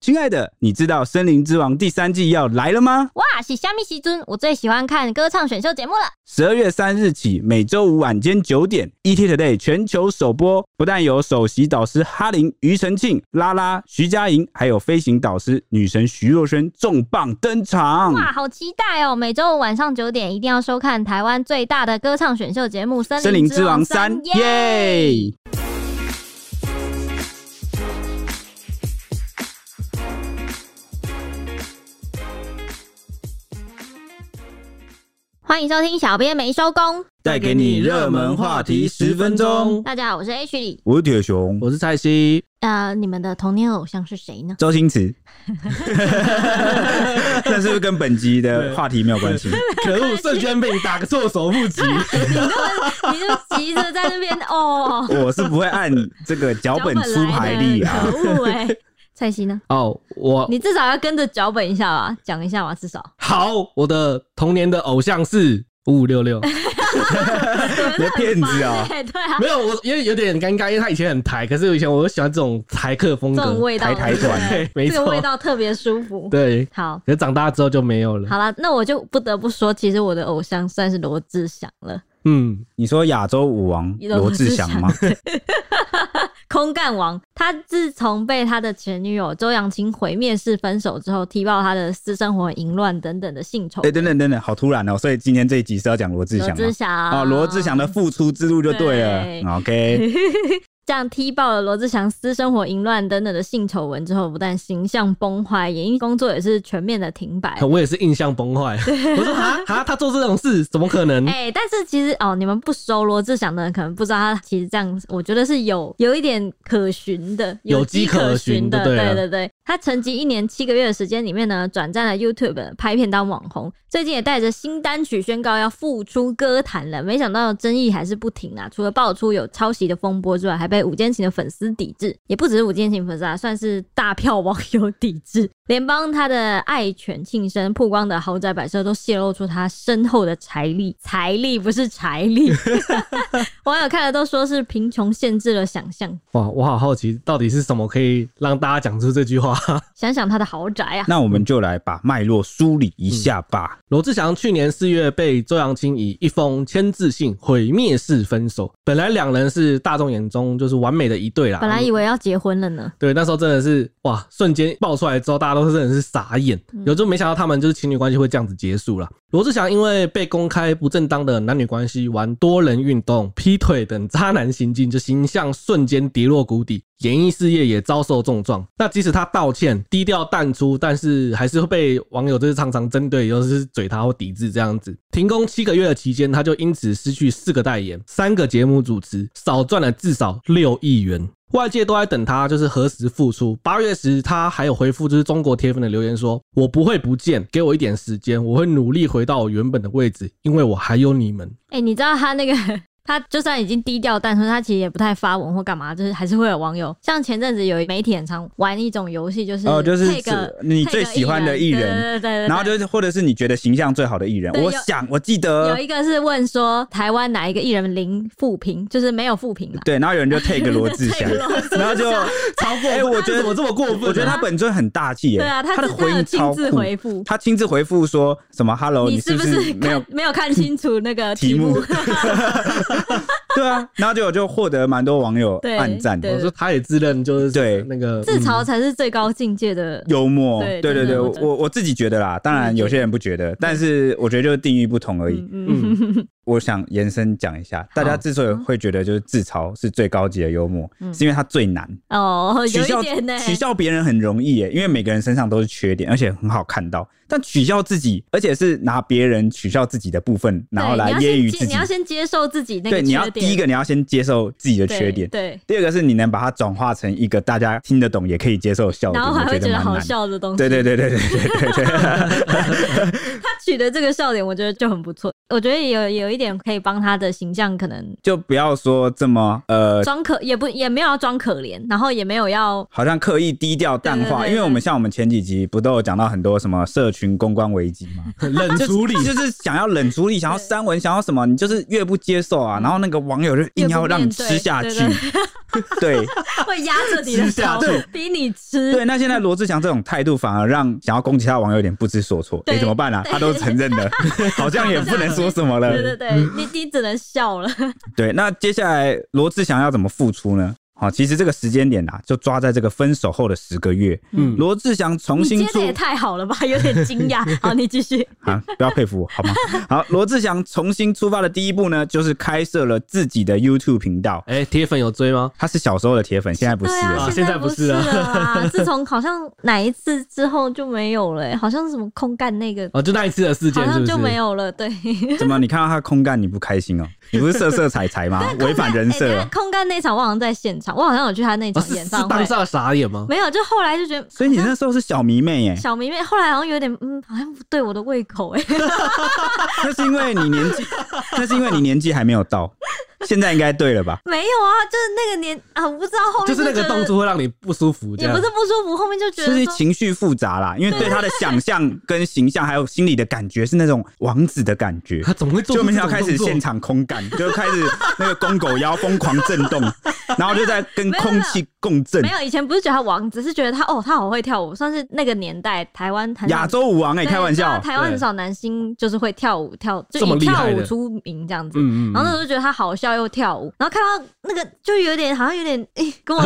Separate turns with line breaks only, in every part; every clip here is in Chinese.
亲爱的，你知道《森林之王》第三季要来了吗？
哇，是虾米西尊，我最喜欢看歌唱选秀节目了。
十二月三日起，每周五晚间九点，ETtoday 全球首播。不但有首席导师哈林、庾澄庆、拉拉、徐佳莹，还有飞行导师女神徐若瑄重磅登场。
哇，好期待哦！每周五晚上九点一定要收看台湾最大的歌唱选秀节目《
森
森
林
林
之王三
三》，
耶！
欢迎收听《小编没收工》。
带给你热门话题10分钟。
大家好，我是 H 李。
我是铁熊，
我是蔡西，
呃，你们的童年偶像是谁呢？
周星 驰。 但是不是跟本集的话题没有关系？
可恶，圣卷饼打个措手不及，
你就急着在那边 哦，
我是不会按这个 脚本出牌力啊
脚。本来的可恶哎、 蔡西呢？
哦，我
你至少要跟着脚本一下吧，讲一下吧，至 少。
好，我的童年的偶像是五五六 六，
你骗子哦
啊！ 对啊，
没有，我因为有点尴尬，因为他以前很台，可是我以前我喜欢这种台客风格，
这种味道
台台团
对， 没
这个
错，
味道特别舒服。
对，
好，
可是长大之后就没有了，
好了，那我就不得不说，其实我的偶像算是罗志祥了，
嗯，
你说亚洲舞王罗志祥吗？
空干王。他自从被他的前女友周扬青毁灭式分手之后，提报他的私生活很淫乱等等的性丑
哎、，等等等等，好突然哦！所以今天这一集是要讲罗志
罗
祥
志
吗？
祥
哦，罗志祥的复出之路就对了。
对
OK，
这样踢爆了罗志祥私生活淫乱等等的性丑闻之后，不但形象崩坏，演艺工作也是全面的停摆。
我也是印象 崩坏，我说啊啊，他做这种事怎么可能？
哎、但是其实哦，你们不熟罗志祥的人可能不知道，他其实这样，我觉得是有有一点可循的，
有
迹
迹可
循
循
的。
就对
对
了
对对，他沉寂一年七个月的时间里面呢，转战了 YouTube 拍片当网红，最近也带着新单曲宣告要复出歌坛了。没想到争议还是不停啊，除了爆出有抄袭的风波之外，还被五间情的粉丝抵制，也不只是五间情粉丝啊，算是大票网友抵制，连帮他的爱犬庆生曝光的豪宅摆设都泄露出他深厚的财力，财力不是财力， 网友看了都说是贫穷限制了想象，
哇，我好好奇，到底是什么可以让大家讲出这句话？
想想他的豪宅啊。
那我们就来把脉络梳理一下吧。
罗志祥去年四月被周扬青以一封签字信毁灭式分手。本来两人是大众眼中就是完美的一对啦，
本来以为要结婚了呢，
对那时候真的是哇，瞬间爆出来之后，大家都是真的是傻眼，有就没想到他们就是情侣关系会这样子结束了。罗志祥因为被公开不正当的男女关系、玩多人运动、劈腿等渣男行径，就形象瞬间跌落谷底，演艺事业也遭受重创。那即使他道歉、低调淡出，但是还是会被网友就是常常针对，尤其是嘴他或抵制这样子。停工七个月的期间，他就因此失去四个代言、三个节目主持，少赚了至少六亿元。外界都在等他，就是何时复出。八月时，他还有回复，就是中国铁粉的留言说：“我不会不见，给我一点时间，我会努力回到我原本的位置，因为我还有你们。
哎、你知道他那个，他就算已经低调淡出，他其实也不太发文或干嘛，就是还是会有网友。像前阵子有媒体很常玩一种游戏，就是
哦，就是
配个
你
配
最
个
喜欢的艺
人，
人，
对对对对对
然后就是呃或者是你觉得形象最好的艺人。
对
我
有
想，我记得
有一个是问说台湾哪一个艺人零负评，就是没有负评啦。
对，然后有人就 take 罗志祥
take 罗志，祥
然后就超过。哎，我觉得
怎么这么过分啊
我觉得他本尊很大气耶。
对啊他
他的
自
回
他有
应
亲
超
自
酷
回复
他亲自回复说什么 “hello”，
你
是
是
不
不是
没有
看没有看清楚那个
题
题目
目？ 对啊，然后就就获得蛮多网友
对
暗赞，
对
我说他也自认就是
对
那个
自嘲
嗯
才是最高境界的。
幽默，
对
对对
真
对，
的
我
我觉得
我我自己觉得啦，当然有些人不觉得，但是我觉得就是定义不同而已。
嗯
嗯
嗯，
我想延伸讲一下，大家之所以会觉得就是自嘲是最高级的幽默，是因为它最难，
嗯哦，
取
有
笑
一点呢、
取笑别人很容易耶，因为每个人身上都是缺点，而且很好看到。但取笑自己，而且是拿别人取笑自己的部分，然后
对
来
你要
揶
先
揄自
接
己
你要。先接受自己那个
对，你要
缺点。
第一个你要先接受自己的
对
缺点，
对，
第二个是你能把它转化成一个大家听得懂也可以接受的笑
然
点，
后还
我
会觉
得
得
蛮
好
难的。
笑的东西。
对对对对对对对对，
他取的这个笑点，我觉得就很不错。我觉得有有一点，可以帮他的形象可能
就不要说这么呃，
装可也不也没有要装可怜，然后也没 有要
好像刻意低调淡化，
对对对
因为我们像我们前几集不都有讲到很多什么社群公关危机 嘛，
冷处理
就，是想要冷处理，想要删文，想要什么，你就是越不接受啊，然后那个网友就硬要让你吃下去
越不，
对
会压着你的
吃下
头
去，
逼你吃。
对。那现在罗志祥这种态度，反而让想要攻击他的网友有点不知所措，
对
哎，怎么办啊？他都承认 了，好像也不能说什么了。
对对对，你你只能笑了。
对，那接下来罗志祥要怎么付出呢？好，其实这个时间点啊，就抓在这个分手后的十个月。
嗯，
罗志祥重
你
新
接的
出
也太好了吧，有点 惊讶。好，你继续。
啊，不要佩服我好 吗？好，罗志祥重新出发的第一步呢，就是开设了自己的 YouTube 频道。
哎，铁粉有追吗？
他是小时候的铁粉，现在不是
对
了。
啊，
现在
在
不是
是
啊
啊。自从好像哪一次之后就没有了、欸好像是什么空干那个，
哦，就那一次的事
好
件，是
像
不？
就是没有了。对，
怎么？你看到他空干你不开心哦？你不是色色彩彩吗？违反人
哎等一
设
下。空干那场我好像在现场，我好像有去他那
哦
场
是
演
是
唱会，
当下傻眼吗？
没有，就后来就觉得
所以你那时候是小迷妹欸 耶，
小迷妹，后来好像有点嗯，好像不对我的胃口哎、
那是因为你年纪，那是因为你年纪还没有到，现在应该对了吧？
没有啊，就是那个年啊，我不知道后面
就是那
觉
个
得
动作会让你不舒服，这
也
样
不是不舒服，后面就觉
就
得
是
说
情绪复杂啦，因为对他的想象跟形象，还有心里的感觉是那种王子的感 觉。
他怎么会做
就
出
没
这
想
种
到开始
动作
现场空干，就开始那个公狗腰疯狂震 动，然后就在跟
没有
空气共振
没。有，以前不是觉得他王子，是觉得他哦，他好会跳舞，算是那个年代台湾很少
亚洲舞王哎、
对
开玩
对啊
笑，
台湾很少男星就是会跳舞跳，就
这么
以
厉
跳
害的
舞出名这样子。
嗯嗯嗯
然后那时候就觉得他好笑又跳舞，然后看到那个就有点好像有点诶、跟我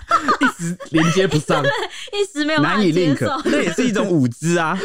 连接不上，
一时没有办
难
法
以
接
link，
受。
那也是一种舞姿 啊，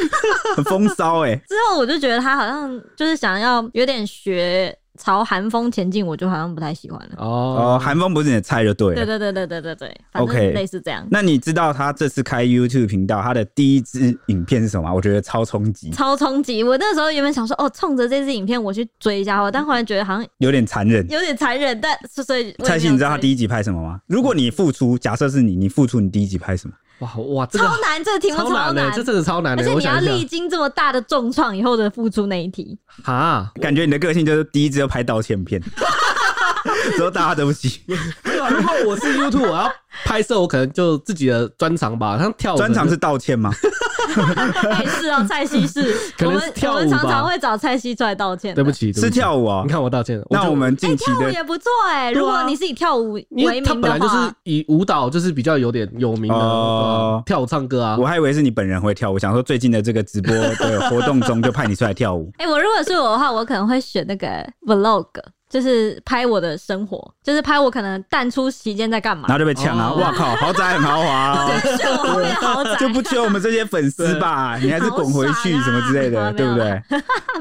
很风骚哎、
之后我就觉得他好像就是想要有点学朝韩风前进，我就好像不太喜欢了。
哦，
哦，
韩风不是你的菜就对了。
啊
对对对对对对对，反
OK
正类似这样。
那你知道他这次开 YouTube 频道，他的第一支影片是什么吗？我觉得超冲击，
超冲击！我那时候原本想说，哦，冲着这支影片我去追一下我，但后来觉得好像
有点残忍。
有点残忍，但所以
蔡欣，你知道他第
一
一集拍什么吗？如果你付出，假设是你，你付出你第一集拍什么？
哇哇，这个
超难，这个题目
超
超
难的，这真的超难
而
的。
且
我
你要
想一
历
下，
经这么大的重创以后的付出那一题，
哈，
感觉你的个性就是第一支就拍道歉片， 说大家对不起，
对啊，如果我是 YouTube，我要拍摄，我可能就自己的专场吧，像跳舞
专场是道歉吗？
哎、是哦，蔡西是，
可
我
能
们
是跳舞
我们常常
吧
会找蔡西出来道歉的，
对不起，对
是
不起，
跳舞哦
你。看啊我道歉了。
那
就
我们近期
跳舞
的
也不错哎、
对啊
如果你是以跳舞为
因为
名
他本来
的
就
话。
是，以舞蹈就是比较有点有名的，
哦
对吧跳舞唱歌啊
我，还以为是你本人会跳舞，想说最近的这个直播的活动中就派你出来跳舞
哎、我如果是我的话，我可能会选那个 vlog，就是拍我的生活，就是拍我可能淡出期间在干嘛
然，后就被呛啊！
哦
哇靠，豪宅很豪华哦，
炫我后面豪宅，
就不缺我们这些粉丝吧？你还是滚回去
好爽啊
什么之类的，
啊
对不对？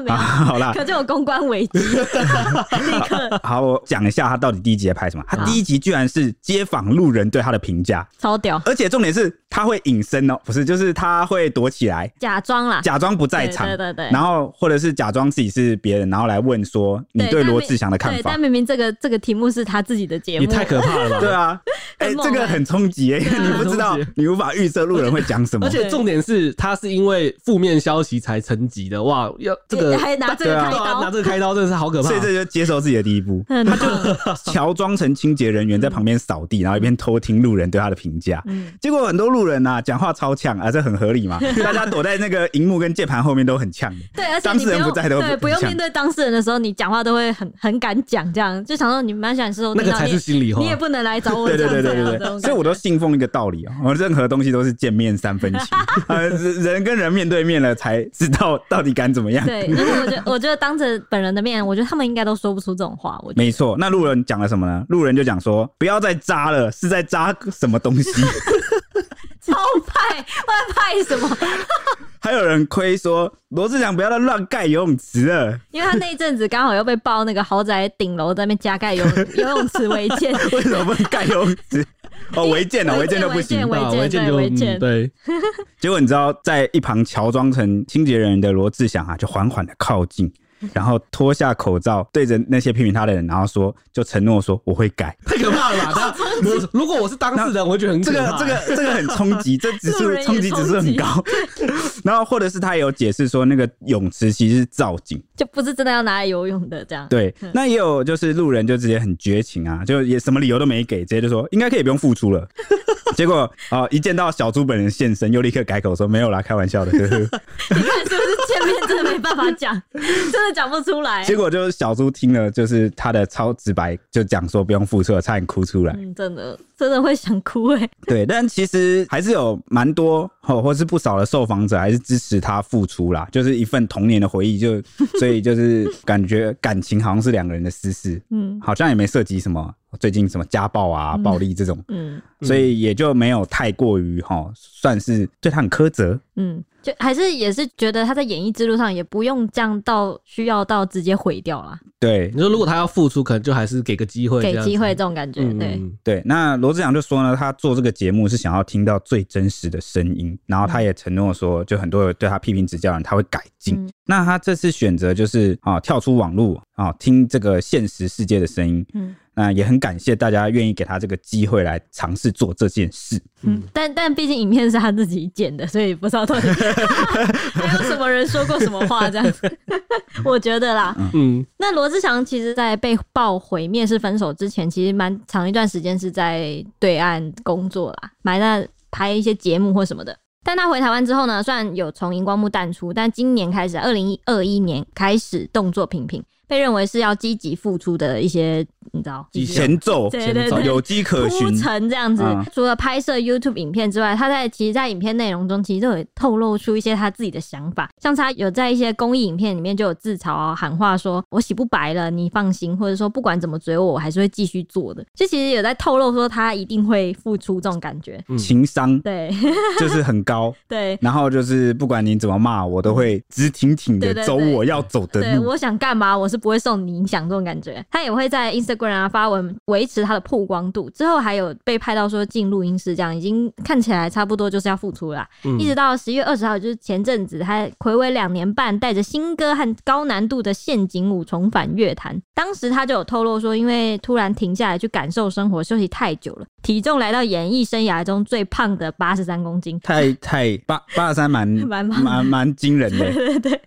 没
啊，
有，
好啦，
可就有公关危机，立刻
好，我讲一下他到底第一集在拍什么。他第一集居然是街访路人对他的评价，
超屌，
而且重点是他会隐身哦，不是，就是他会躲起来，
假装啦，
假装不在场，
啊对对对对
然后或者是假装自己是别人，然后来问说你对
但
罗
明
志祥的看
对，
法
但。明明这个这个题目是他自己的节
也
目，
太可怕 了吧？
对啊，哎、
很猛
这个
欸
很冲击耶，因为
对啊
你不知道
很冲击，
你无法预测路人会讲什么
而。且重点是，他是因为负面消息才成疾的，哇！要这个
还拿这个
对啊
开刀
拿这个开刀真的是好可怕
所以。这就接受自己的第一 步，
嗯
他就乔装成清洁人员在旁边扫地，然后一边偷听路人对他的评价。
嗯，
结果很多路人呐、啊、讲话超呛啊，这很合 理嘛？大家躲在那个荧幕跟键盘后面都很呛的。
对，而且
当
你
事人
用
不在都
对，
不
不用
想
面对当事人的时候，你讲话都会很很敢讲，这样就想说你蛮想说，
那个才是心里话
你也不能来找我
对
讲
对对
这
对
样啊
对
这种
对，
感
所以
觉
我都信奉一个道理哦， 我任何东西都是见面三分情，呃，人 人跟人面对面了才知道到底敢怎么样。
对，因为我觉得我觉得当着本人的面，我觉得他们应该都说不出这种话，我觉得
没错，那路人讲了什么呢？路人就讲说，不要再扎了，是在扎什么东西？
超派，外派什么？
还有人亏说罗志祥不要再乱盖游泳池了，
因为他那一阵子刚好又被爆那个豪宅顶楼在那边加盖游游泳池违建，
为什么不能盖游泳 池？哦，违建哦，违
违
建
建
都不行
违。建
啊
违建
就
对违
嗯
建
对，
结果你知道，在一旁乔装成清洁人员的罗志祥啊，就缓缓的靠 近，然后脱下口罩，对着那些批评他的人，然后说，就承诺说我会改。
太可怕了 吧？他我如果我是当事人，我会觉得 很
这
可
个
怕。
这个这个很冲击，这指
路
数
人也
冲击指数很高。 然后或者是他有解释说那个泳池其实是造景，
就不是真的要拿来游泳的这样。
对，那也有就是路人就直接很绝情啊，就也什么理由都没给，直接就说应该可以不用付出了。结果啊、一见到小猪本人现身，又立刻改口说没有啦，开玩笑的。呵呵
你看是不是见面真的没办法讲，真的讲不出来。
结果就是小猪听了，就是他的超直白，就讲说不用付出了，差点哭出来。
嗯，真的真的会想哭哎、
对，但其实还是有蛮多哦，或是不少的受访者还是支持他付出啦，就是一份童年的回忆就，所以就是感觉感情好像是两个人的私事，
嗯
好像也没涉及什么最近什么家暴啊、
嗯
暴力这种，
嗯
所以也就没有太过于哈、哦，算是对他很苛责。
嗯，就还是也是觉得他在演艺之路上也不用这样到需要到直接毁掉啦，
对
你说如果他要付出，可能就还是给个机会，
给
这样子
机会，这种感觉。
嗯
对，
对，那罗志祥就说呢，他做这个节目是想要听到最真实的声音，然
嗯
后他也承诺说，就很多有对他批评指教的人，他会改进。
嗯
那他这次选择就是啊、跳出网络啊、听这个现实世界的声音。
嗯
那也很感谢大家愿意给他这个机会来尝试做这件事。
嗯，但但毕竟影片是他自己剪的，所以不知道到底还有什么人说过什么话这样子。 我觉得啦，
嗯，
那罗志祥其实，在被曝毁灭式分手之前，其实蛮长一段时间是在对岸工作啦，埋在拍一些节目或什么的。但他回台湾之后呢，虽然有从荧光幕淡出，但今年开始，二零二一年开始动作频频，被认为是要积极付出的一些，你知道，
迹象
前奏啊
对对对
有迹可
铺
循，
陈这样子
嗯。
除了拍摄 YouTube 影片之外，他在其实，在影片内容中其实都有透露出一些他自己的想法，像是他有在一些公益影片里面就有自嘲啊、喊话说“我洗不白了，你放心”，或者说不管怎么追我，我还是会继续做的。就其实有在透露说他一定会付出这种感觉。
嗯
情商
对
就是很高。
对
然后就是不管你怎么骂，我都会直挺挺的
嗯对对
走
对
我要走的
对，
路。
我想干嘛，我是不会受你影响这种感觉。他也会在 Instagram 啊发文维持他的曝光度，之后还有被拍到说进录音室，这样已经看起来差不多就是要付出了啊。
嗯
一直到十月二十号，就是前阵子，他暌违两年半，带着新歌和高难度的陷阱舞重返乐坛。当时他就有透露说，因为突然停下来去感受生活，休息太久了，体重来到演艺生涯中最胖的八十三公斤。
太太八八十三蛮
蛮蛮
蛮蛮惊人的，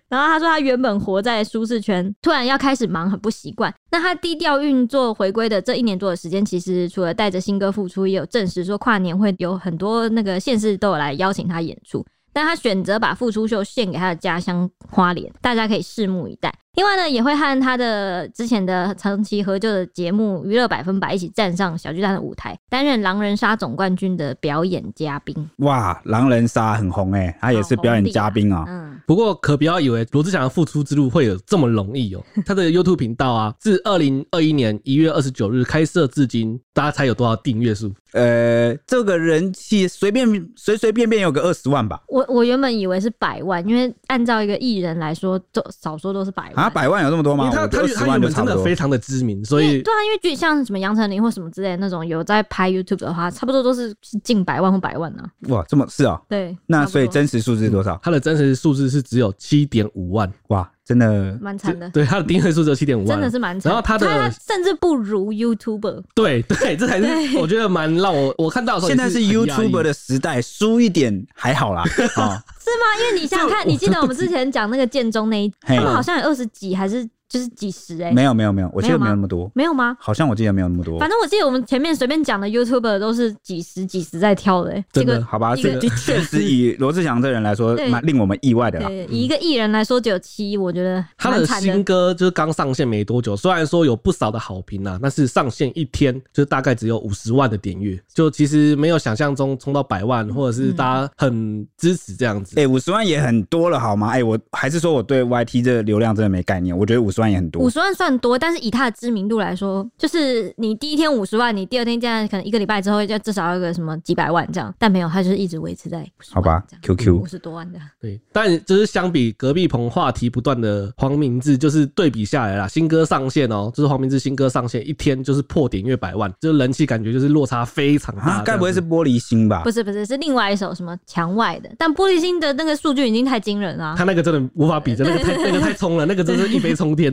然后他说，他原本活在舒适圈，突然要开始忙，很不习惯。那他低调运作回归的这一年多的时间，其实除了带着新歌复出，也有证实说跨年会有很多那个县市都有来邀请他演出。但他选择把复出秀献给他的家乡花莲，大家可以拭目以待。另外呢，也会和他的之前的长期合作的节目《娱乐百分百》一起站上小巨蛋的舞台，担任狼人杀总冠军的表演嘉宾。
哇，狼人杀很红哎、他
哦
也是表演嘉宾啊、
嗯，
不过可不要以为罗志祥的复出之路会有这么容易 哦。他的 YouTube 频道啊，自二零二一年一月二十九日开设至今，大家猜有多少订阅数？
嗯
呃，这个人气随便随随便便有个二十万吧，
我我原本以为是百万，因为按照一个艺人来说，都少说都是百万
啊，百万有这么多
因
吗？
为他他
二十
他
万
原
就
本
差
真
不
的
多
非。常的知名，所
因为
以
对啊，因为就像什么杨丞琳或什么之类的那种有在拍 YouTube 的话，差不多都是近百万或百万啊。
哇，这么是哦。
对，
那
差不
所以
多
真实数字是多少？
他的真实数字是只有七点五万，
哇，真的
蛮惨的，
对，他的订阅数只有七点五万，
真的是蛮惨。
然后他的
甚至不如 YouTuber，
对对，这才是我觉得蛮让我我看到的时候
现在是
也很压抑
YouTube 的时代，输一点还好 啦。啊，
是吗？因为你想想看，你记得我们之前讲那个建中那一，他
嘿
们好像有二十几还是就是几十哎、
没有没有没有，我记得
没有吗
没有那么多，
没有吗？
好像我记得没有那么多
反。正我记得我们前面随便讲的 YouTuber 都是几十几十在跳的、欸，这
真的
个
呃好吧，
一个
这这确实以罗志祥这人来说，
对
蛮令我们意外的啦。
对以一个艺人来说只有七，我觉得
他
蛮
的
惨
新歌就是刚上线没多久，虽然说有不少的好评啊，但是上线一天就大概只有五十万的点阅，就其实没有想象中冲到百
嗯
万，或者是大家很支持这样子。
哎，五十万也很多了，好吗？哎，我还是说我对 YT 这个流量真的没概念，我觉得五十万也很
五
多。
十万算多，但是以他的知名度来说，就是你第一天五十万，你第二天这样可能一个礼拜之后要至少要有个什么几百万这样，但没有，他就是一直维持在50
好吧嗯
万这样
，QQ
五十多万的。
对，但就是相比隔壁棚话题不断的黄明志，就是对比下来啦，新歌上线哦、就是黄明志新歌上线一天就是破点阅百万，就是人气感觉就是落差非常大这样
啊，
子。
该不会是玻璃心吧
不？是不是，是另外一首什么墙外的，但玻璃心的那个数据已经太惊人了啊、
他那个真的无法比，真的那个太那个太冲了，那个真是一飞冲天的。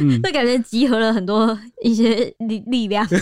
嗯，
这感觉集合了很多一些力力量。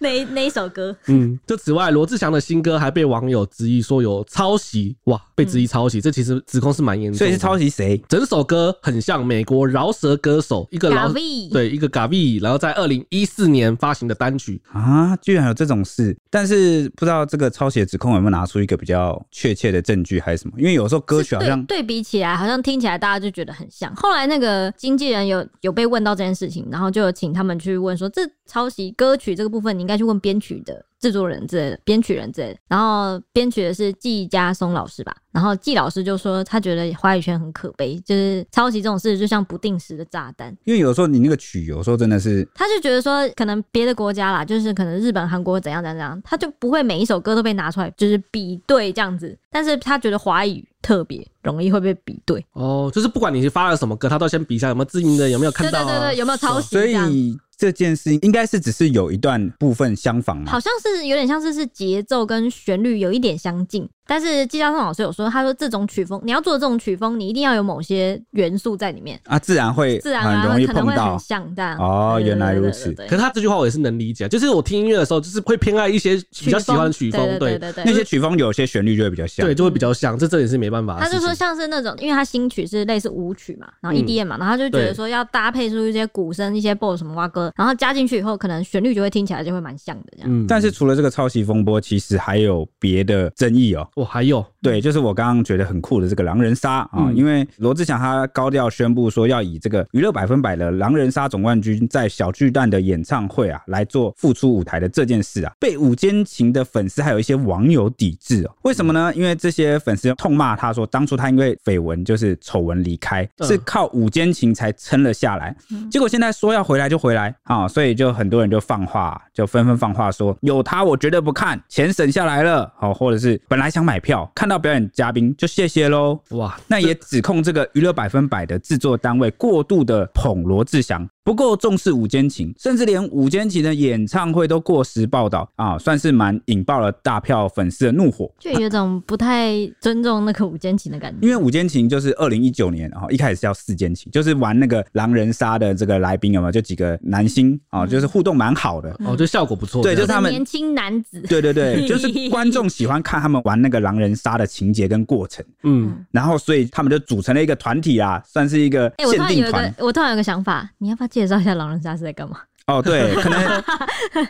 那那一首歌，
嗯，这此外，罗志祥的新歌还被网友质疑说有抄袭，哇，被质疑抄袭，这其实指嗯控是蛮严重的。
所以是抄袭谁？
整首歌很像美国饶舌歌手一个饶
Gavi
对一个 Gavi，然后在二零一四年发行的单曲。
啊，居然有这种事！但是不知道这个抄袭的指控有没有拿出一个比较确切的证据还是什么？因为有时候歌曲好像
是对对比起来，好像听起来大家就觉得很像。后来那个经纪人有有被问到这件事情，然后就有请他们去问说，这抄袭歌曲这个部分，你应该去问编曲的制作人之类的，编曲人之类的。然后编曲的是季家松老师吧，然后季老师就说他觉得哎华语圈很可悲，就是抄袭这种事就像不定时的炸弹。
因为有时候你那个曲，有时候真的是
他就觉得说，可能别的国家啦，就是可能日本、韩国怎样怎样怎样，他就不会每一首歌都被拿出来就是比对这样子，但是他觉得华语特别容易会被比对。
哦，就是不管你是发了什么歌，他都先比一下有没有知名的，有没有看到、啊，
对对对对有没有抄袭
所以这件事情应该是只是有一段部分相仿嘛
好。像是有点像是是节奏跟旋律有一点相近，但是季嘉松老师有说，他说这种曲风你要做这种曲风，你一定要有某些元素在里面，
啊，自然会
自然而
很
然
容易
会可能
碰
会
到
很。像这样。
哦
对对
原来
对对
如
对
此
对
啊可是他这句话我也是能理解，就是我听音乐的时候，就是会偏爱一些比较喜欢的曲风，
对对
对
对对
那
对。
些曲风有些旋律就会比较像
对，，就会比较像，这这也是没办法的
他
事情。
就说像是那种，因为他新曲是类似舞曲嘛，然后 EDM 嘛，然后他就觉得说要搭配出一些鼓声、一些 b o s s 什么哇歌，然后加进去以后，可能旋律就会听起来就会蛮像的这样。
嗯
但是除了这个抄袭风波，其实还有别的争议哦。
我还有，
对，就是我刚刚觉得很酷的这个狼人杀啊，
嗯
因为罗志祥他高调宣布说要以这个娱乐百分百的狼人杀总冠军在小巨蛋的演唱会啊来做复出舞台的这件事啊，被五间情的粉丝还有一些网友抵制哦。为什么呢？因为这些粉丝痛骂他说，当初他因为绯闻就是丑闻离开，
嗯
是靠五间情才撑了下来，结果现在说要回来就回来啊、所以就很多人就放话，就纷纷放话说有他我绝对不看，钱省下来了，好、或者是本来想买票，看到表演嘉宾就谢谢喽。
哇，
那也指控这个娱乐百分百的制作单位过度的捧罗志祥，不够重视午间情，甚至连午间情的演唱会都过时报道啊，算是蛮引爆了大票粉丝的怒火。
就有一种不太尊重那个五间琴的感觉。
因为五间情就是二零一九年哦哈，一开始叫四间情，就是玩那个狼人杀的这个来宾有没有？就几个男星
嗯
啊，就是互动蛮好的。
哦，就效果不错，
对
这
就
样
是他们
年轻男子，
对对 对，就是观众喜欢看他们玩那个狼人杀的情节跟过程，
嗯，
然后所以他们就组成了一个团体啊，算是一个
哎、我突
限
然
定
有一
团。
个，我突然有一个想法，你要不要介绍一下狼人杀是在干嘛？
哦， 对，可能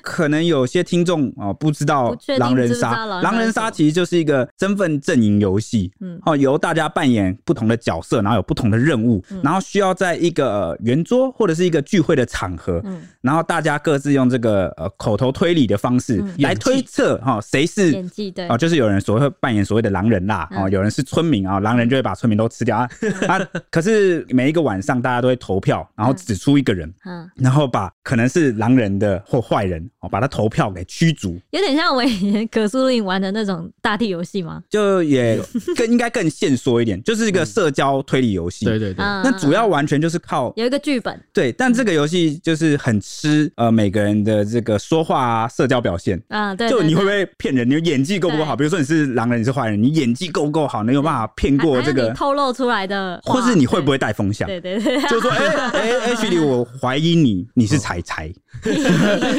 可能有些听众哦不知道
不确定
狼人
知不知道
杀，
狼人杀
狼人
是什
杀
么
其实就是一个身份阵营游戏，
嗯
哦，由大家扮演不同的角色，然后有不同的任务，
嗯
然后需要在一个呃圆桌或者是一个聚会的场合，
嗯，
然后大家各自用这个呃口头推理的方式
嗯
来
演技
推测哈谁是
演技对
哦，，就是有人所谓扮演所谓的狼人啦，哦，
嗯
有人是村民啊、狼人就会把村民都吃掉 啊啊。可是每一个晚上大家都会投票，然后
嗯
指出一个人，
嗯，
然后把可能是狼人的或坏人哦，把他投票给驱逐，
有点像我以前可苏令玩的那种大地游戏吗？
就也更应该更线索一点，就是一个社交推理游戏。
对对对，
啊，
那主要完全就是靠
有一个剧本，
对，但这个游戏就是很吃呃每个人的这个说话啊、社交表现。
啊，对，
就
对
你会不
对
会骗人？你演技够不够好？比如说你是狼人，你是坏人，你演技够不够好？你有办法骗过
还
这
啊还有
个
你，透露出来的话，
或是你会不会带风向？
对？对 对对，
就说哎哎，H 里我怀疑你，你是彩柴，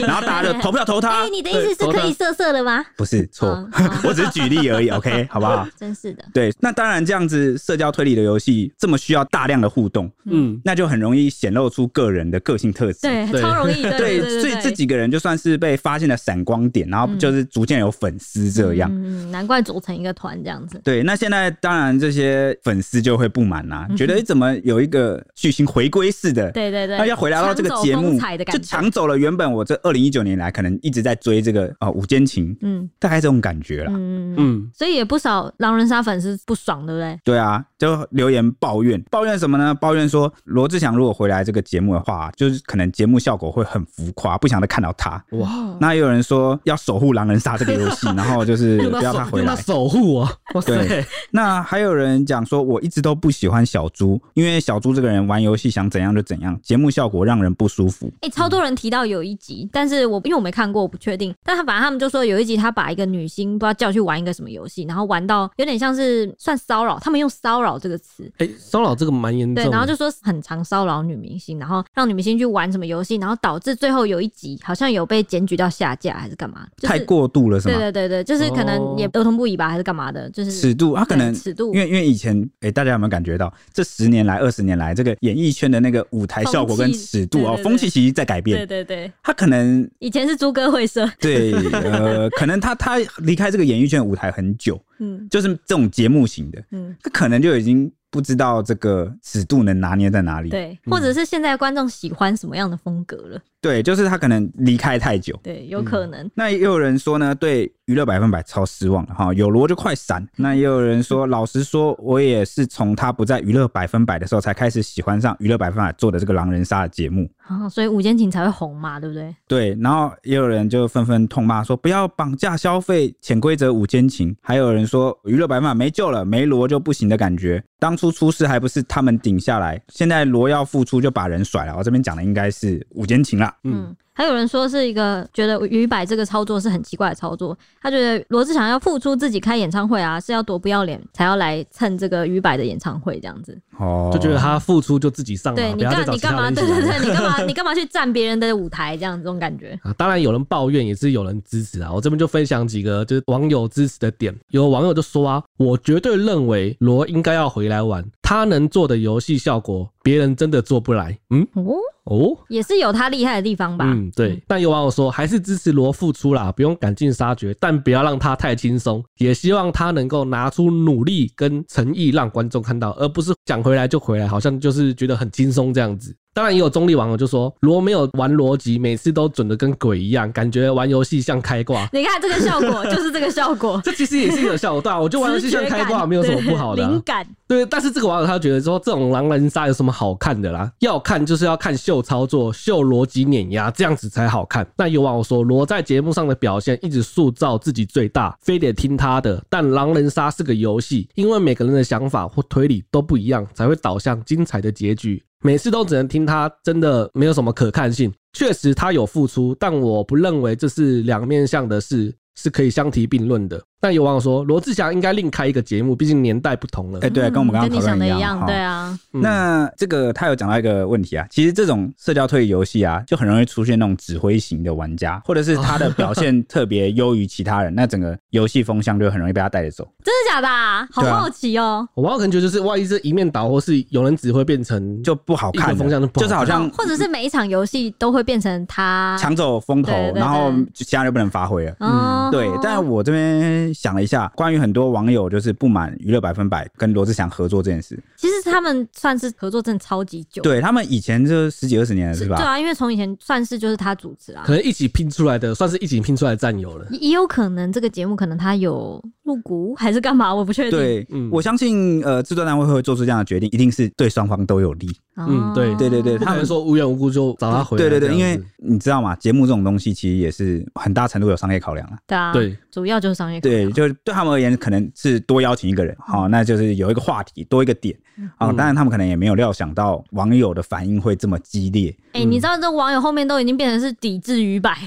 然后大家就投票投
哎、
他，
你的意思是可以色色的吗？
不是错
嗯嗯，
我只是举例而已，OK，好不 好？
真是的，
对，那当然，这样子社交推理的游戏这么需要大量的互动，
嗯，
那就很容易显露出个人的个性特质。
对，
对
超容易，对
对
对对，嗯
所以这几个人就算是被发现了闪光点，然后就是逐渐有粉丝这样。
嗯，嗯难怪组成一个团这样子。
对，那现在当然这些粉丝就会不满啦、觉得诶怎么有一个巨星回归式的，
嗯对对对，
那要回来到这个节
抢走
目
风采的，感
就
觉
抢走了原本我这二零一九年来可能一直在追这个哦午间情，
嗯
大概这种感觉啦。
嗯嗯嗯，
嗯，
所以也不少狼人杀粉丝不爽，对不对？
对啊，就留言抱怨，抱怨什么呢？抱怨说罗志祥如果回来这个节目的话，就是可能节目效果会很浮夸，不想再看到他。
哇，
那也有人说要守护狼人杀这个游 戏，然后就是
用
不要
到
他
守
回
用
来
到。守护啊，哇塞
对，那还有人讲说，我一直都不喜欢小猪，因为小猪这个人玩游戏想怎样就怎样，节目效果让人不舒服。
哎、超多人提到有一集，但是我因为为我没看过，我不确定。但他反正他们就说有一集他把一个女星不知道叫去玩一个什么游戏，然后玩到有点像是算骚扰，他们用骚扰这个词，
哎，骚扰这个蛮
嗯
严重
对
的，，
然后就说很常骚扰女明星，然后让女明星去玩什么游戏，然后导致最后有一集好像有被检举到下架还是干嘛，就是
太过度了是
对
吗？
对对对，就是可能也
哦
儿童不宜吧，还是干嘛的，就是
尺度，啊他可能
对尺度
因为因为以前，诶，大家有没有感觉到这十年来、二十年来，这个演艺圈的那个舞台效果跟
风气
尺度哦
对对，对
风气其实在改
对
变。
对对，
他可能
以前是猪哥会社，
对呃，可能他他离开这个演艺圈的舞台很久，
嗯
就是这种节目型的，
嗯，
他可能就已经不知道这个尺度能拿捏在哪里。
对，
嗯
或者是现在观众喜欢什么样的风格了，
对，就是他可能离开太久。
对，
嗯
有可能。
那也有人说呢，对娱乐百分百超失望了哈，有罗就快闪。那也有人说，老实说，我也是从他不在娱乐百分百的时候，才开始喜欢上娱乐百分百做的这个狼人杀的节目。
哦，所以午间情才会红嘛，对不对？
对，然后也有人就纷纷痛骂说，不要绑架消费，潜规则五奸情。还有人说，娱乐百分百没救了，没罗就不行的感觉。当初出事还不是他们顶下来，现在罗要复出就把人甩了。我这边讲的应该是五奸情啦。
嗯
嗯，还有人说是一个觉得于百这个操作是很奇怪的操作，他觉得罗志祥要付出自己开演唱会啊，是要多不要脸才要来蹭这个于百的演唱会这样子。
哦，
就觉得他付出就自己上
对
嘛，
你
哦不要再
干
找
你
其
干
他
嘛？
人一
对
起
对
来
对，你干嘛你干嘛去占别人的舞台这样这种感觉？
啊，当然有人抱怨，也是有人支持啊。我这边就分享几个就是网友支持的点。有网友就说啊，我绝对认为罗应该要回来玩，他能做的游戏效果，别人真的做不来。嗯，
哦，
哦，
也是有他厉害的地方吧？
嗯，对。但有网友说，还是支持罗复出啦，不用赶尽杀绝，但不要让他太轻松，也希望他能够拿出努力跟诚意，让观众看到，而不是想回来就回来，好像就是觉得很轻松这样子。当然也有中立网友就说，罗没有玩逻辑，每次都准的跟鬼一样，感觉玩游戏像开挂。
你看这个效 果就是这个效果，
这其实也是一个效果，对啊，我就玩游戏像开挂，没有什么不好的啊、
对灵感
对，但是这个网友他觉得说这种狼人杀有什么好看的啦？要看就是要看秀操作、秀逻辑碾压，这样子才好看。那有网友说罗在节目上的表现一直塑造自己最大，非得听他的。但狼人杀是个游戏，因为每个人的想法或推理都不一样，才会导向精彩的结局。每次都只能听他，真的没有什么可看性。确实他有付出，但我不认为这是两面向的事。是可以相提并论的，但有网友说罗志祥应该另开一个节目，毕竟年代不同了。
哎、对，跟我们刚刚
嗯跟你
讨
想
论
的一
样，哈
对啊，
嗯
哦那这个他有讲到一个问题啊，其实这种社交推理游戏啊，就很容易出现那种指挥型的玩家，或者是他的表现特别优于其他人，那整个游戏风向就很容易被他带着走。
真的假的、啊？好
对啊
好奇哦、
我可能觉得就是，万一这一面倒，或是有人只会变成
就不好看了，
一个风向就不好看
是好像
哦或者是每一场游戏都会变成他
抢走风头，
啊对对对
然后就其他人就不能发挥了。
哦
嗯对，但我这边想了一下，关于很多网友就是不满娱乐百分百跟罗志祥合作这件事，
其实他们算是合作真的超级久，
对他们以前就十几二十年了，
是
是
对
吧？
啊，因为从以前算是就是他主持啊
可，能一起拼出来的，算是一起拼出来的战友了。
也也有可能这个节目可能他有入股还是干嘛，我不确定。
对，
嗯
我相信呃，制作单位会做出这样的决定，一定是对双方都有利。
哦，
嗯对
对对对
不可能说无缘无故就找他回来
对
这样子。
对对，因为你知道嘛，节目这种东西其实也是很大程度有商业考量啊。
对啊，
对，
主要就是商业考量
对，就是对他们而言，可能是多邀请一个人，好、那就是有一个话题，多一个点啊、
嗯
当然，他们可能也没有料想到网友的反应会这么激烈。
哎、你知道这网友后面都已经变成是抵制于百，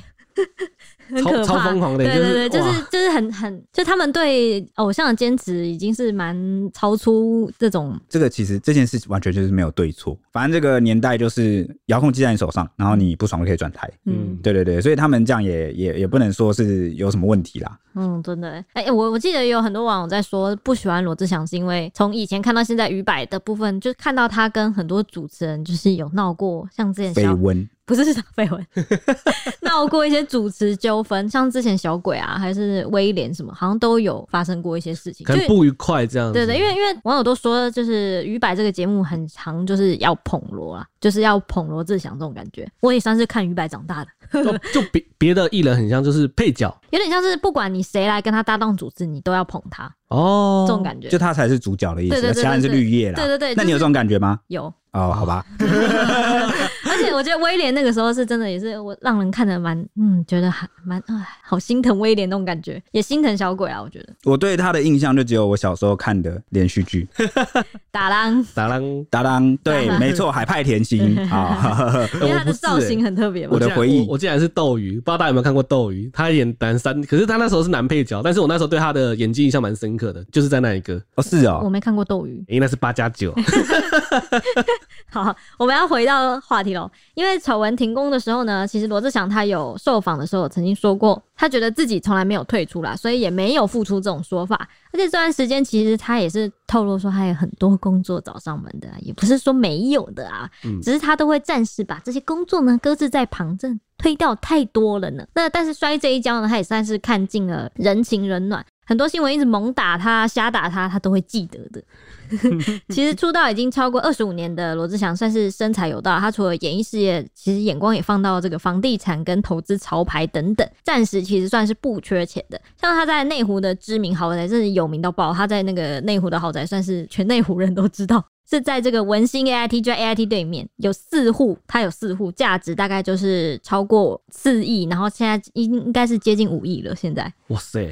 很可怕，
超超疯狂的
对
就是
对对，就是
哇
就是很很，就他们对偶像的坚持已经是蛮超出这种，
这个其实这件事完全就是没有对错，反正这个年代就是遥控器在你手上，然后你不爽就可以转台。
嗯
嗯
对对对，所以他们这样也也也不能说是有什么问题啦。
嗯，真的，哎、我我记得有很多网友在说不喜欢罗志祥是因为从以前看到现在于百的部分，就看到他跟很多主持人就是有闹过，像之前小
绯闻，
不是绯闻， 闹过一些主持纠纷，像之前小鬼啊，还是威廉什么，好像都有发生过一些事情，
可
就
能不愉快这样子。
对对，因为因为网友都说，就是于白这个节目很长，就是要捧罗啦，就是要捧罗志祥这种感觉。我也算是看于白长大的，
哦就就别别的艺人很像就是配角
有点像是不管你谁来跟他搭档主持，你都要捧他
哦，
这种感觉。
就他才是主角的意
对对
思，其
对
他人是绿叶啦。
对对对
那你有
就是
这种感觉吗？
有，
哦，好吧，
而且且我觉得威廉那个时候是真的也是我让人看得蛮嗯，觉得还蛮哎，好心疼威廉那种感觉，也心疼小鬼啊。我觉得
我对他的印象就只有我小时候看的连续剧
打狼，
达郎
《达当》， 对
达，当
没错，海派甜 心啊，
因为他
我
的
不是
造
欸
型很特别嘛。
我的
竟然
回忆
我我竟然是斗鱼，不知道大家有没有看过斗鱼？他演男三，可是他那时候是男配角，但是我那时候对他的演技印象蛮深刻的，就是在那一个，
哦是
我
哦，
没看过斗鱼。
应该是八加九，
好，我们要回到话题喽。因为丑闻停工的时候呢，其实罗志祥他有受访的时候曾经说过，他觉得自己从来没有退出啦，所以也没有付出这种说法。而且这段时间其实他也是透露说，他有很多工作找上门的啊、也不是说没有的啊，
嗯
只是他都会暂时把这些工作呢搁置在旁，这推掉太多了呢。那但是摔这一跤呢，他也算是看尽了人情冷暖。很多新闻一直猛打他、瞎打他，他都会记得的。其实出道已经超过二十五年的罗志祥算是身材有道，他除了演艺事业，其实眼光也放到这个房地产跟投资潮牌等等，暂时其实算是不缺钱的。像他在内湖的知名豪宅，真是有名到爆，他在那个内湖的豪宅算是全内湖人都知道。是在这个文心 AIT，就在 AIT 对面有四户，它有四户，价值大概就是超过四亿，然后现在应应该是接近五亿了。现在，
哇塞，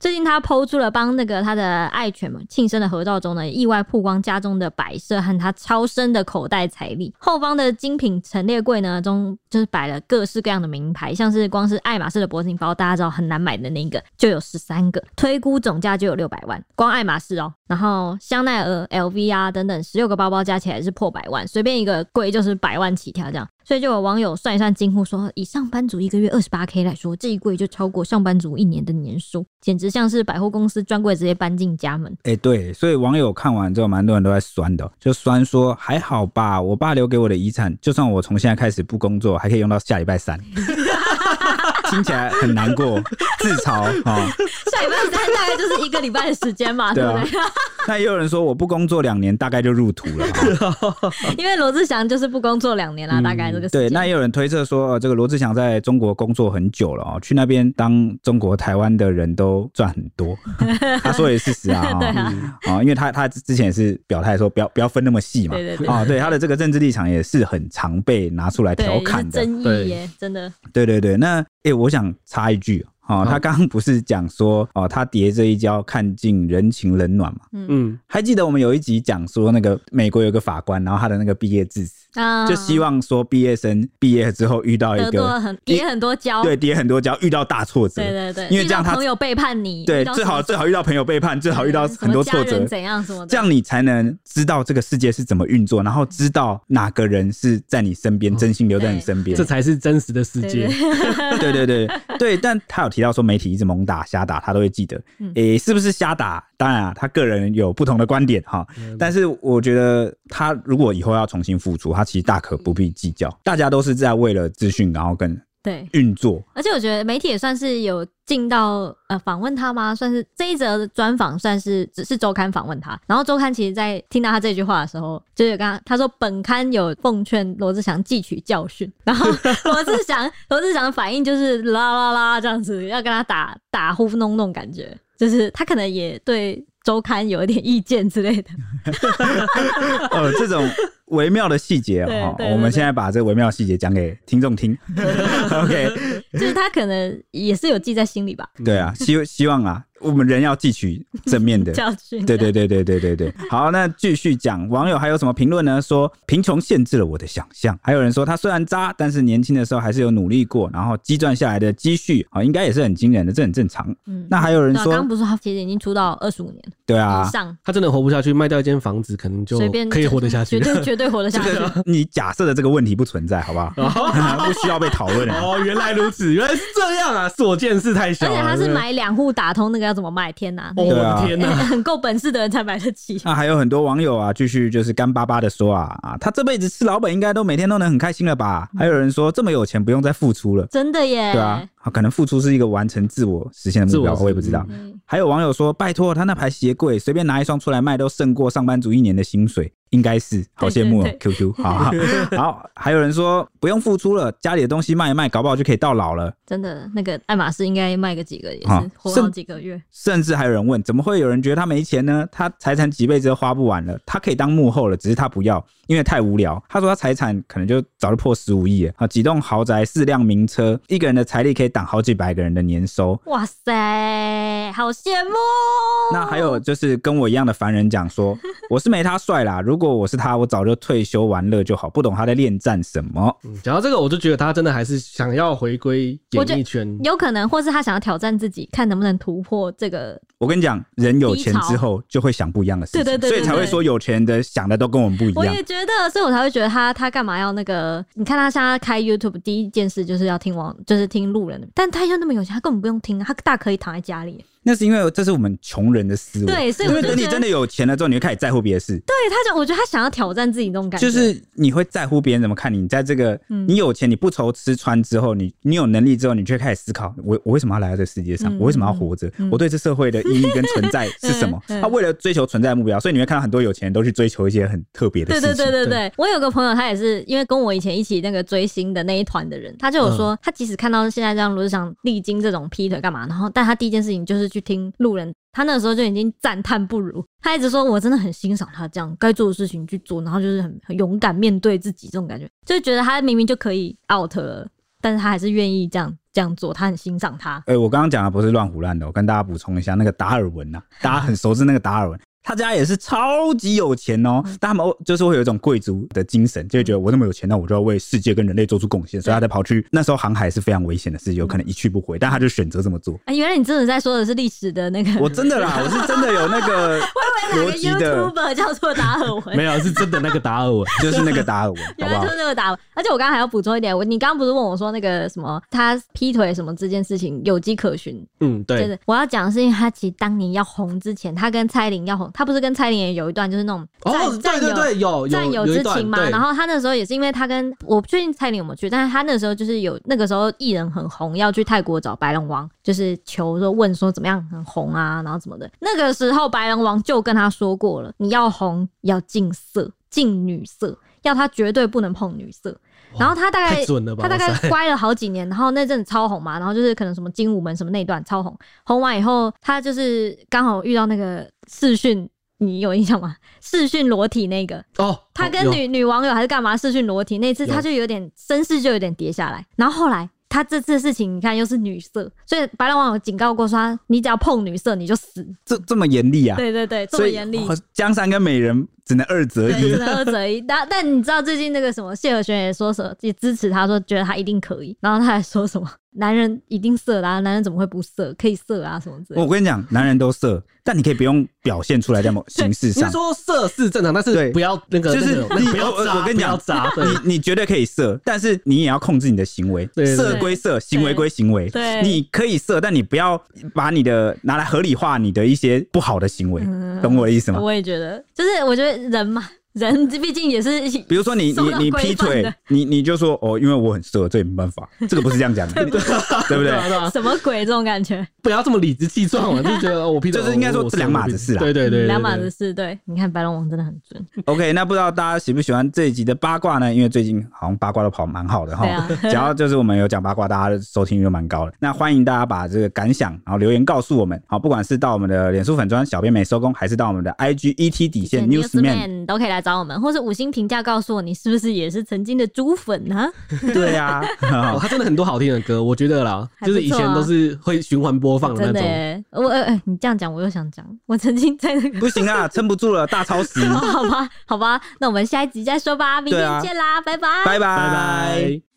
最近他抛出了帮那个他的爱犬们庆生的合照中呢，意外曝光家中的摆设和他超深的口袋财力。后方的精品陈列柜呢中，就是摆了各式各样的名牌，像是光是爱马仕的铂金包，大家知道很难买的那个，就有十三个，推估总价就有六百万，光爱马仕哦。然后香奈儿、LV 啊等等十六个包包加起来是破百万，随便一个柜就是百万起跳这样。所以就有网友算一算惊呼说，以上班族一个月二十八 K 来说，这一柜就超过上班族一年的年收，简直像是百货公司专柜直接搬进家门。
哎、对，所以网友看完之后，蛮多人都在酸的哦，就酸说还好吧，我爸留给我的遗产，就算我从现在开始不工作，还可以用到下礼拜三。听起来很难过，自嘲啊、哦
下礼拜三大概就是一个礼拜的时间嘛，
对
对
啊
不
那也有人说我不工作两年，大概就入土了、哦
对？因为罗志祥就是不工作两年啦，大概这个时
嗯对，
间。
那也有人推测说，呃，这个罗志祥在中国工作很久了哦，去那边当中国台湾的人都赚很多， 他说的也是事实啊、哦，
对啊
嗯哦，因为他他之前也是表态说，不要不要分那么细嘛，
对对对
哦，对，他的这个政治立场也是很常被拿出来
对，
调
也是
侃的，
争
对
议耶，真的。
对对对，那诶、我想插一句哦，他刚刚不是讲说哦，他叠这一跤看尽人情冷暖嘛？
嗯，
还记得我们有一集讲说那个美国有个法官，然后他的那个毕业致辞，
啊
就希望说毕业生毕业之后遇到一
得多了
个
很也很多交，
对跌很多跤，遇到大挫折，
哦对对对，
因为这样
遇到
他
朋友背叛你，
对
遇到
最好
什么
最好遇到朋友背叛，最好遇到
什么
很多挫
家
折
人，怎样什么的，
这样你才能知道这个世界是怎么运作，然后知道哪个人是在你身
嗯
边，真心留在你身边
这。才是真实的世
对
界
对。对
对对对 对，但他有提到说媒体一直猛打瞎打，他都会记得。
嗯
诶、是不是瞎打？当然啊，他个人有不同的观点哈。
嗯
嗯
但是我觉得他如果以后要重新复出，他其实大可不必计较。
嗯
大家都是在为了资讯，然后跟
对。
运作。
而且我觉得媒体也算是有进到呃访问他吗？算是这一则专访，算是只是周刊访问他。然后周刊其实在听到他这句话的时候，就是刚刚他说本刊有奉劝罗志祥汲取教训，然后罗志祥罗志祥的反应就是啦啦啦这样子，要跟他打打呼弄弄感觉，就是他可能也对周刊有一点意见 之类的。
呃，这种微妙的细节
对
哈，
对对
我们现在把这微妙的细节讲给听众 听。OK，
就是他可能也是有记在心里吧，
对啊，希希望啊，我们人要汲取正面 的
教训。
对对对对对对对，好，那继续讲，网友还有什么评论呢？说贫穷限制了我的想象，还有人说他虽然渣，但是年轻的时候还是有努力过，然后积赚下来的积蓄啊、应该也是很惊人的，这很正常。
嗯
那还有人
对啊刚
说
刚，不是说他其实已经出道二十五年以
对啊，
上，
他真的活不下去，卖掉一间房子，可能就
随便
可以活得 下去啊
绝。对绝对活得下去。
你假设的这个问题不存在，好不好？ 不需要被讨论啊。
哦，原来如此，原来是这样啊！是我见识太
而
小了。
且他是
对不对，啊
买两户打通，那个要怎么卖？天哪，那
哦，我
个
对啊
的天哪！
很够本事的人才买得起。
那还有很多网友啊，继续就是干巴巴的说啊啊，他这辈子吃老本应该都每天都能很开心了吧？还有人说这么有钱不用再付出了，
真的耶，
对啊，啊可能付出是一个完成自我实现的目标，
自我
我也不知道。
嗯
还有网友说：“拜托，他那排鞋柜随便拿一双出来卖，都胜过上班族一年的薪水。应该是，好羡慕哦
对
，QQ，好好好。还有人说不用付出了，家里的东西卖一卖，搞不好就可以到老了。
真的，那个爱马仕应该卖个几个，也
啊
是活好
甚
几个月。
甚至还有人问，怎么会有人觉得他没钱呢？他财产几辈子都花不完了，他可以当幕后了，只是他不要，因为太无聊。他说他财产可能就早就破十五亿了啊，几栋豪宅，四辆名车，一个人的财力可以挡好几百个人的年收。
哇塞，好羡慕！
那还有就是跟我一样的凡人讲 说，我是没他帅啦，如果我是他，我早就退休玩乐就好，不懂他在恋战什么。
嗯讲到这个，我就觉得他真的还是想要回归
我觉
演
得
艺圈。
有可能，或是他想要挑战自己，看能不能突破这个。
我跟你讲，人有钱之后就会想不一样的事情，
对对对对
所以才会说有钱的想的都跟我们不一
我
样
也。觉得，所以我才会觉得他他干嘛要那个？你看他现在开 YouTube 第一件事就是要听网，就是听路人的。但他又那么有钱，他根本不用听啊，他大可以躺在家里。啊
那是因为这是我们穷人的思维，
对所以
因
我
为
就
等你
觉得
真的有钱了之后，你会开始在乎别的事，
对，他就我觉得他想要挑战自己那种感觉，
就是你会在乎别人怎么看你。你在这个、
嗯
你有钱，你不愁吃穿之后，你你有能力之后，你就会开始思考：我我为什么要来到这个世界上？
嗯
我为什么要活着？
嗯
我对这社会的意义跟存在是什么？他、
嗯嗯
为了追求存在的目标，所以你会看到很多有钱人都去追求一些很特别的
对
事情。
对对对对，我有个朋友，他也是因为跟我以前一起那个追星的那一团的人，他就有说，
嗯
他即使看到现在这样罗志祥历经这种劈腿干嘛，然后但他第一件事情就是去听路人，他那个时候就已经赞叹不如，他一直说我真的很欣赏他这样该做的事情去做，然后就是很很勇敢面对自己这种感觉，就觉得他明明就可以 out 了，但是他还是愿意这样这样做，他很欣赏他。
哎、我刚刚讲的不是乱胡乱的，我跟大家补充一下，那个达尔文呐、啊大家很熟知那个达尔文，他家也是超级有钱哦，
嗯
但他们就是会有一种贵族的精神，就会觉得我那么有钱，那我就要为世界跟人类做出贡献，所以他在跑去那时候航海是非常危险的事，有可能
嗯
一去不回，但他就选择这么做。
哎、原来你真的在说的是历史的那个，
我真的啦，我是真的有那 个
哪个
逻辑的，
YouTuber 叫做达尔文？
没有，是真的那个达尔文。
就是那个达尔文，好
原
不
来
好
就？是那个打，而且我刚刚还要补充一点，我你刚刚不是问我说那个什么他劈腿什么这件事情有迹可循，
嗯，
就
对，
是我要讲的是，因为他其实当年要红之前，他跟蔡琳要红，他不是跟蔡琳也有一段就是那种
哦，
战
对
战
对
友
对，有
战友
有有一
之
段
情嘛，
对
然后他那时候也是因为他跟我不确定蔡琳有没有去，但是他那时候就是有那个时候艺人很红，要去泰国找白龙王，就是求说问说怎么样很红啊，然后怎么的。那个时候白龙王就跟他说过了，你要红要近色，近女色，要他绝对不能碰女色。
哇
然后他大概
太准了
他
吧
大
哇
概
塞
乖了好几年，然后那阵子超红嘛，然后就是可能什么精武门什么那一段超红，红完以后他就是刚好遇到那个视讯，你有印象吗？视讯裸体那个，
哦，
他跟
有
女女网友还是干嘛视讯裸体那次，
有
他就有点身世就有点跌下来，然后后来。他这次事情，你看又是女色，所以白龙网友警告过说他，你只要碰女色你就死。
这这么严厉啊，
对对对，这
所
么
以
严厉。
哦江山跟美人只能二择
对，
一
只。能二择一。但但你知道最近那个什么谢和弦也说什么，也支持他说觉得他一定可以，然后他还说什么男人一定色啦、男人怎么会不色？可以色啊什么之类
我
的。
跟你讲，男人都色，但你可以不用表现出来在某形式
应该
上。
说色是正常，但
对
是不要那个，
就是
那个
你
不要
我
渣，
我跟你讲
不要渣，对
啊
你你绝对可以色，但是你也要控制你的行为。
对对
色归色，行为归行为。
对
你可以色，但你不要把你的拿来合理化你的一些不好的行为，懂我的意思吗？
嗯我也觉得，就是我觉得人嘛，人毕竟也是
比如说你
受
你
到
你
规
劈
范
腿
的，
你你就说哦，因为我很色，这也没办法。这个不是这样 讲的，对不
对
对？
啊对啊，
什么鬼这种感觉，
不要这么理直气壮了，就觉得哦我劈腿，
就是应该说
我我
这两码子事啦
对对对，对
两码子
对
事。啊对，你看白龙王真的很准，
OK，那不知道大家喜不喜欢这一集的八卦呢？因为最近好像八卦都跑蛮好的哈
对啊，
只要就是我们有 讲八卦，大家的收听率就蛮高的。那欢迎大家把这个感想，然后留言告诉我们。好，不管是到我们的脸书粉砖小编没收工，还是到我们的 IG ET 底线 Newsman，
Newsman 都可以来找我们，或是五星评价告诉我你是不是也是曾经的猪粉啊？
对啊，
哦，他真的很多好听的歌，我觉得啦，
还不错啊
就是以前都是会循环播放的
真
哦
的
那种。
耶，我呃呃，你这样讲我又想讲，我曾经在那个 哦
不行啊，撑不住了，大超时，
好吧，好吧，那我们下一集再说吧，明
对啊
天见啦，拜拜，
拜拜
拜拜。